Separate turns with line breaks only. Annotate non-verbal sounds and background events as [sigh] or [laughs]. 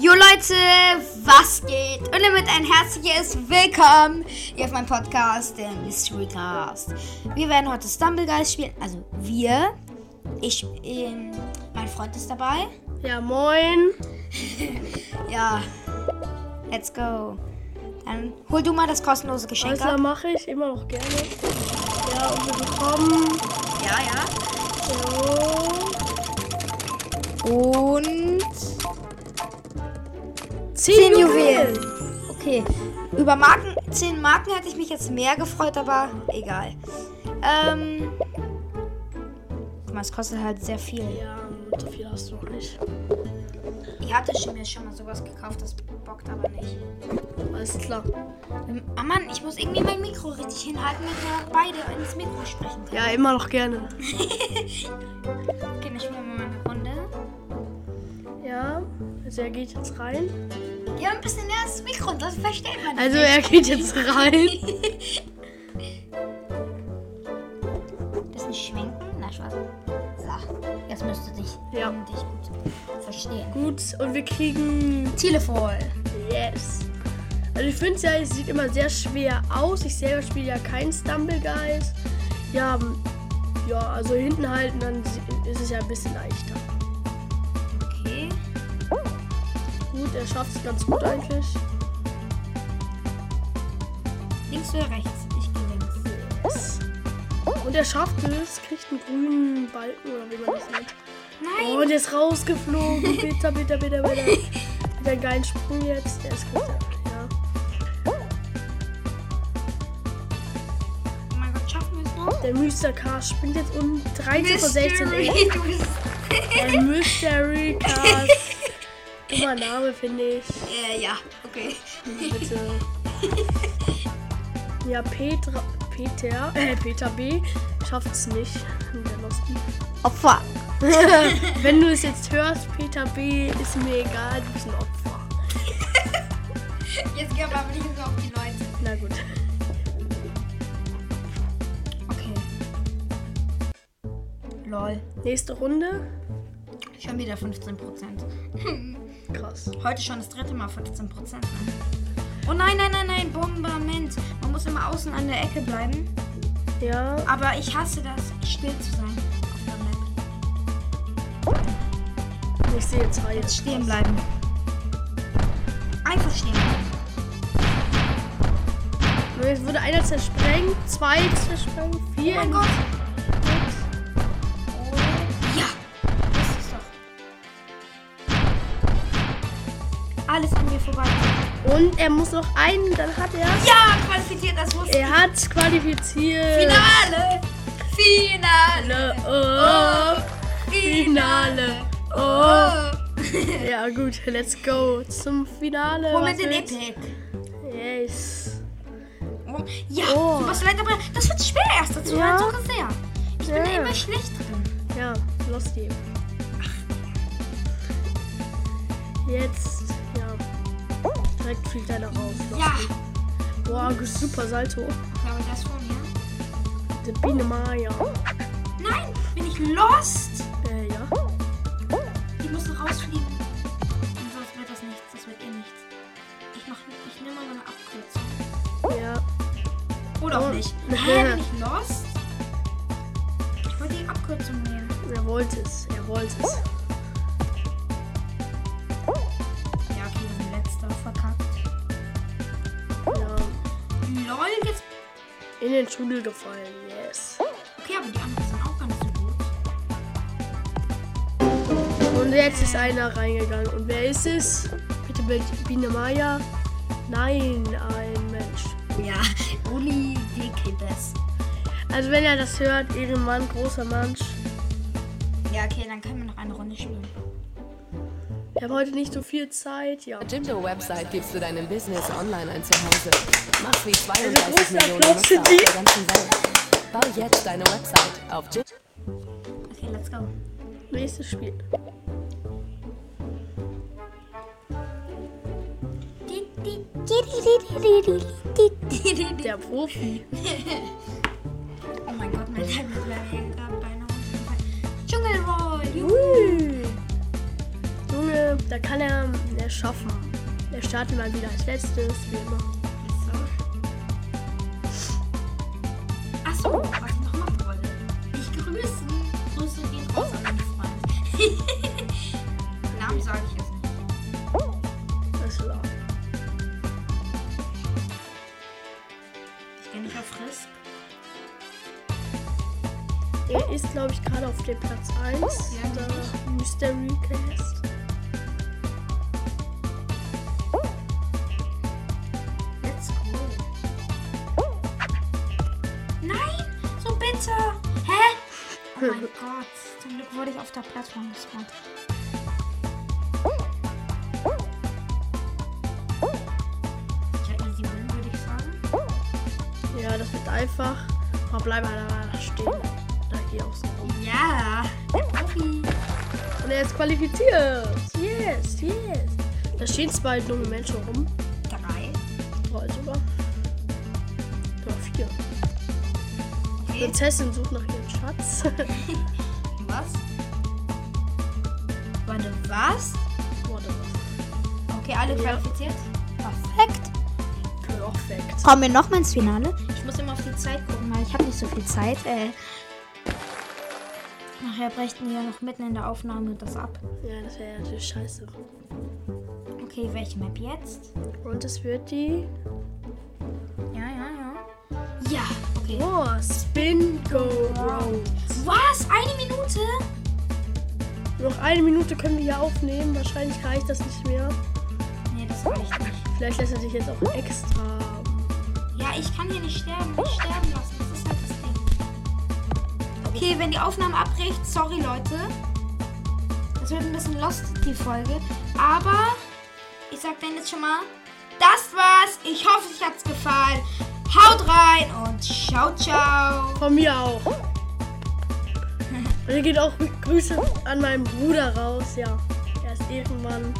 Jo Leute, was geht? Und damit ein herzliches Willkommen hier auf meinem Podcast, der Mysterycast. Wir werden heute Stumbleguys spielen, also wir. Ich, ähm, mein Freund ist dabei.
Ja, moin.
Ja, let's go. Dann hol du mal das kostenlose Geschenk
Also
ab.
mache ich immer noch gerne. Ja, und wir bekommen.
Ja, ja.
So,
Und
10
Juwelen. Okay. Über Marken, 10 Marken hätte ich mich jetzt mehr gefreut, aber egal. Ähm. Guck mal, es kostet halt sehr viel.
Ja, so viel hast du noch nicht.
Ich hatte schon mir schon mal sowas gekauft, das bockt aber nicht.
Alles klar.
Ähm, Ah Mann, ich muss irgendwie mein Mikro richtig hinhalten, damit wir beide ins Mikro sprechen können.
Ja, immer noch gerne.
Okay, dann spielen wir mal eine Runde.
Ja, also er geht jetzt rein.
Ja, ein bisschen näher ins Mikro, das versteht man.
Also er geht jetzt rein.
Bisschen schwenken, na Spaß. So, jetzt müsste dich, um
Ja.
dich gut verstehen.
Gut, und wir kriegen.
Telefon.
Yes. Also ich finde es ja, es sieht immer sehr schwer aus. Ich selber spiele ja keinen Stumbleguys. Ja, m- ja, also hinten halten, dann si- ist es ja ein bisschen leichter.
Okay.
Gut, er schafft es ganz gut eigentlich.
Links oder rechts? Ich gehe links.
Yes. Oh, Und er schafft es, kriegt einen grünen Balken oder wie man das nennt.
Nein!
Oh, der ist rausgeflogen. Bitter, bitter, bitter, bitter. Hat einen geilen Sprung jetzt. Der ist gut. Ja.
Oh mein Gott, schaffen wir es noch?
Der Mr. Car springt jetzt um 13 von 16. Ey,
du bist.
Der Mystery Cars. Dummer Name, finde ich.
Äh, [laughs] ja, okay.
Bitte. Ja, Petra, Peter, äh, Peter B. schafft es nicht. Der Losti.
Opfer.
Wenn du es jetzt hörst, Peter B. ist mir egal, du bist ein Opfer.
Jetzt gehen wir aber nicht so auf die Leute.
Na gut.
Okay. Lol.
Nächste Runde.
Schon wieder 15%.
Krass.
Heute schon das dritte Mal 15%. Ne? Oh nein, nein, nein, nein, Bombament. Man muss immer außen an der Ecke bleiben.
Ja.
Aber ich hasse das, still zu sein auf der Map.
Ich sehe jetzt Reihe.
Jetzt stehen bleiben. Einfach stehen bleiben.
Und Jetzt wurde einer zersprengt, zwei zersprengt,
Oh
vier.
mein Gott. Ja, das ist doch. Alles an mir vorbei.
Und er muss noch einen, dann hat er.
Ja, qualifiziert, das wusste ich.
Er hat qualifiziert.
Finale! Finale!
Finale.
Oh,
Oh, Finale. Oh.
Oh.
Ja, gut, let's go zum Finale.
Hol mir den E
Was willst-
Epic.
Yes.
Oh, Ja,
Oh.
super Slide, aber das wird schwer erst dazu.
Ja.
Ja. Sogar sehr. Ich bin
Ja.
da immer schlecht drin.
Ja, los die. Jetzt, ja. Direkt fliegt einer raus. Lost
Ja,
die. Boah, super Salto.
ich glaube, das von mir.
Die Biene Maya.
Nein, bin ich lost?
Äh, ja.
Ich muss noch rausfliegen. Und sonst wird das nichts. Das wird eh nichts. Ich, mach, ich nehme mal eine Abkürzung.
Ja.
Oder auch
Oh.
nicht. Hä, bin ich lost? Ich wollte die Abkürzung nehmen.
Er wollte es, er wollte
Ja,
es.
okay, wir sind letzter verkackt.
Ja,
Lol, jetzt.
in den Tunnel gefallen, yes.
Okay, aber die anderen sind auch ganz so gut.
Und jetzt ist einer reingegangen. Und wer ist es? Bitte Bi- Biene Maya? Nein, ein Mensch.
Ja, Uli Dekebes.
Also wenn er das hört, Ehrenmann, großer Mensch.
Ja, okay, dann können wir noch eine Runde spielen.
Ich habe heute nicht so viel Zeit, ja.
Mit Jimdo Website gibst du deinem Business online ein Zuhause. Mach's wie 32
großen
Millionen
Also, Applaus für
Nutzer auf
die.
der ganzen Welt. Bau jetzt deine Website auf Jimdo.
Okay, let's go.
Nächstes Spiel. Der Profi.
Oh mein Gott, mein Tablet wäre mir gerade beinahe runtergefallen. Dschungelroll, juhu.
Ui. Junge, Da kann er es schaffen. Er startet mal wieder als letztes, wie immer.
Achso, was ich nochmal wollte. Ich grüßen. Grüße gehen raus an meinen
[laughs]
Freund. Namen sage ich jetzt nicht.
Das war.
Ich bin nicht auf Frisk.
Der ist, glaube ich, gerade auf dem Platz 1
Ja,
der Mystery Cast.
Let's go.
Nein, so bitte. Hä? Oh [laughs] mein Gott, zum Glück wurde ich auf der Plattform gespawnt.
Ich hätte sie wollen, würde ich sagen.
Ja, das wird einfach. Aber bleib mal da stehen. Da geh auch so rum.
Ja, der Profi.
Und er ist qualifiziert. Yes, yes. Da stehen zwei junge Menschen rum.
Drei.
Drei sogar. Oder vier.
Okay.
Prinzessin sucht nach ihrem Schatz. [laughs]
Was? Warte, was?
Warte mal.
Okay, alle
Ja.
qualifiziert? Perfekt.
Perfekt.
Kommen wir nochmal ins Finale? Ich muss immer auf die Zeit gucken, weil ich habe nicht so viel Zeit. Äh. Nachher brechen wir ja noch mitten in der Aufnahme das ab.
Ja, das wäre natürlich scheiße.
Okay, welche Map jetzt?
Und es wird die.
Ja, ja, ja. Ja, okay.
Oh, Spin Go Round.
Was? Eine Minute?
Noch eine Minute können wir hier aufnehmen. Wahrscheinlich reicht das nicht mehr.
Nee, das reicht nicht.
Vielleicht lässt er sich jetzt auch extra.
Ja, ich kann hier nicht sterben. Nicht sterben lassen. Das ist halt das Ding. Okay, wenn die Aufnahme abbricht, sorry Leute. Es wird ein bisschen lost, die Folge. Aber ich sag dann jetzt schon mal, das war's. Ich hoffe, euch hat's gefallen. Haut rein und ciao, ciao.
Von mir auch. Also Und hier geht auch Grüße an meinen Bruder raus. Ja, er ist Ehrenmann.